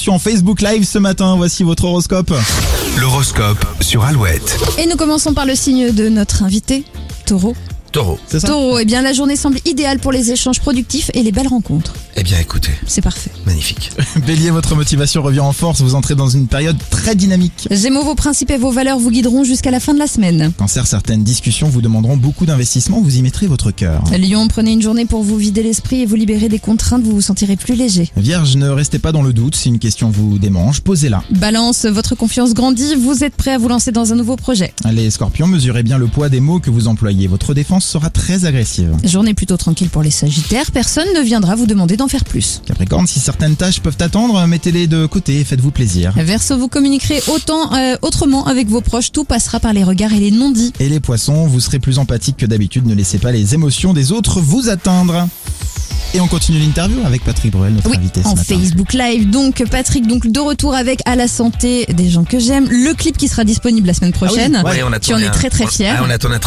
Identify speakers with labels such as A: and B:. A: direction Facebook Live ce matin. Voici votre horoscope.
B: L'horoscope sur Alouette.
C: Et nous commençons par le signe de notre invité, Taureau.
B: Taureau.
A: C'est ça
C: Taureau, eh bien la journée semble idéale pour les échanges productifs et les belles rencontres.
B: Eh bien écoutez,
C: C'est parfait.
B: magnifique.
A: Bélier, votre motivation revient en force. Vous entrez dans une période très dynamique.
C: Gémeaux, vos principes et vos valeurs vous guideront jusqu'à la fin de la semaine.
A: Cancer, certaines discussions vous demanderont beaucoup d'investissement. Vous y mettrez votre cœur.
C: Lyon, prenez une journée pour vous vider l'esprit et vous libérer des contraintes, vous vous sentirez plus léger.
A: Vierge, ne restez pas dans le doute. Si une question vous démange, posez-la.
C: Balance, votre confiance grandit, vous êtes prêt à vous lancer dans un nouveau projet.
A: Les scorpions, mesurez bien le poids des mots que vous employez. Votre défense sera très agressive.
C: Journée plutôt tranquille pour les Sagittaires, personne ne viendra vous demander d'en faire plus.
A: Capricorne, si certaines tâches peuvent attendre, mettez-les de côté et faites-vous plaisir.
C: Verseau, vous communiquerez autant euh, autrement avec vos proches, tout passera par les regards et les non-dits.
A: Et les poissons, vous serez plus empathique que d'habitude, ne laissez pas les émotions des autres vous atteindre. Et on continue l'interview avec Patrick Bruel, notre
C: Oui,
A: invité ce
C: en
A: matin.
C: Facebook Live. Donc Patrick, donc de retour avec À la santé des gens que j'aime, le clip qui sera disponible la semaine prochaine.
A: Ouais,
B: Ah on a
C: Tu en
B: tourné
C: es
B: un-
C: très, très
B: on-
C: fier.
B: ah, on a tourné un très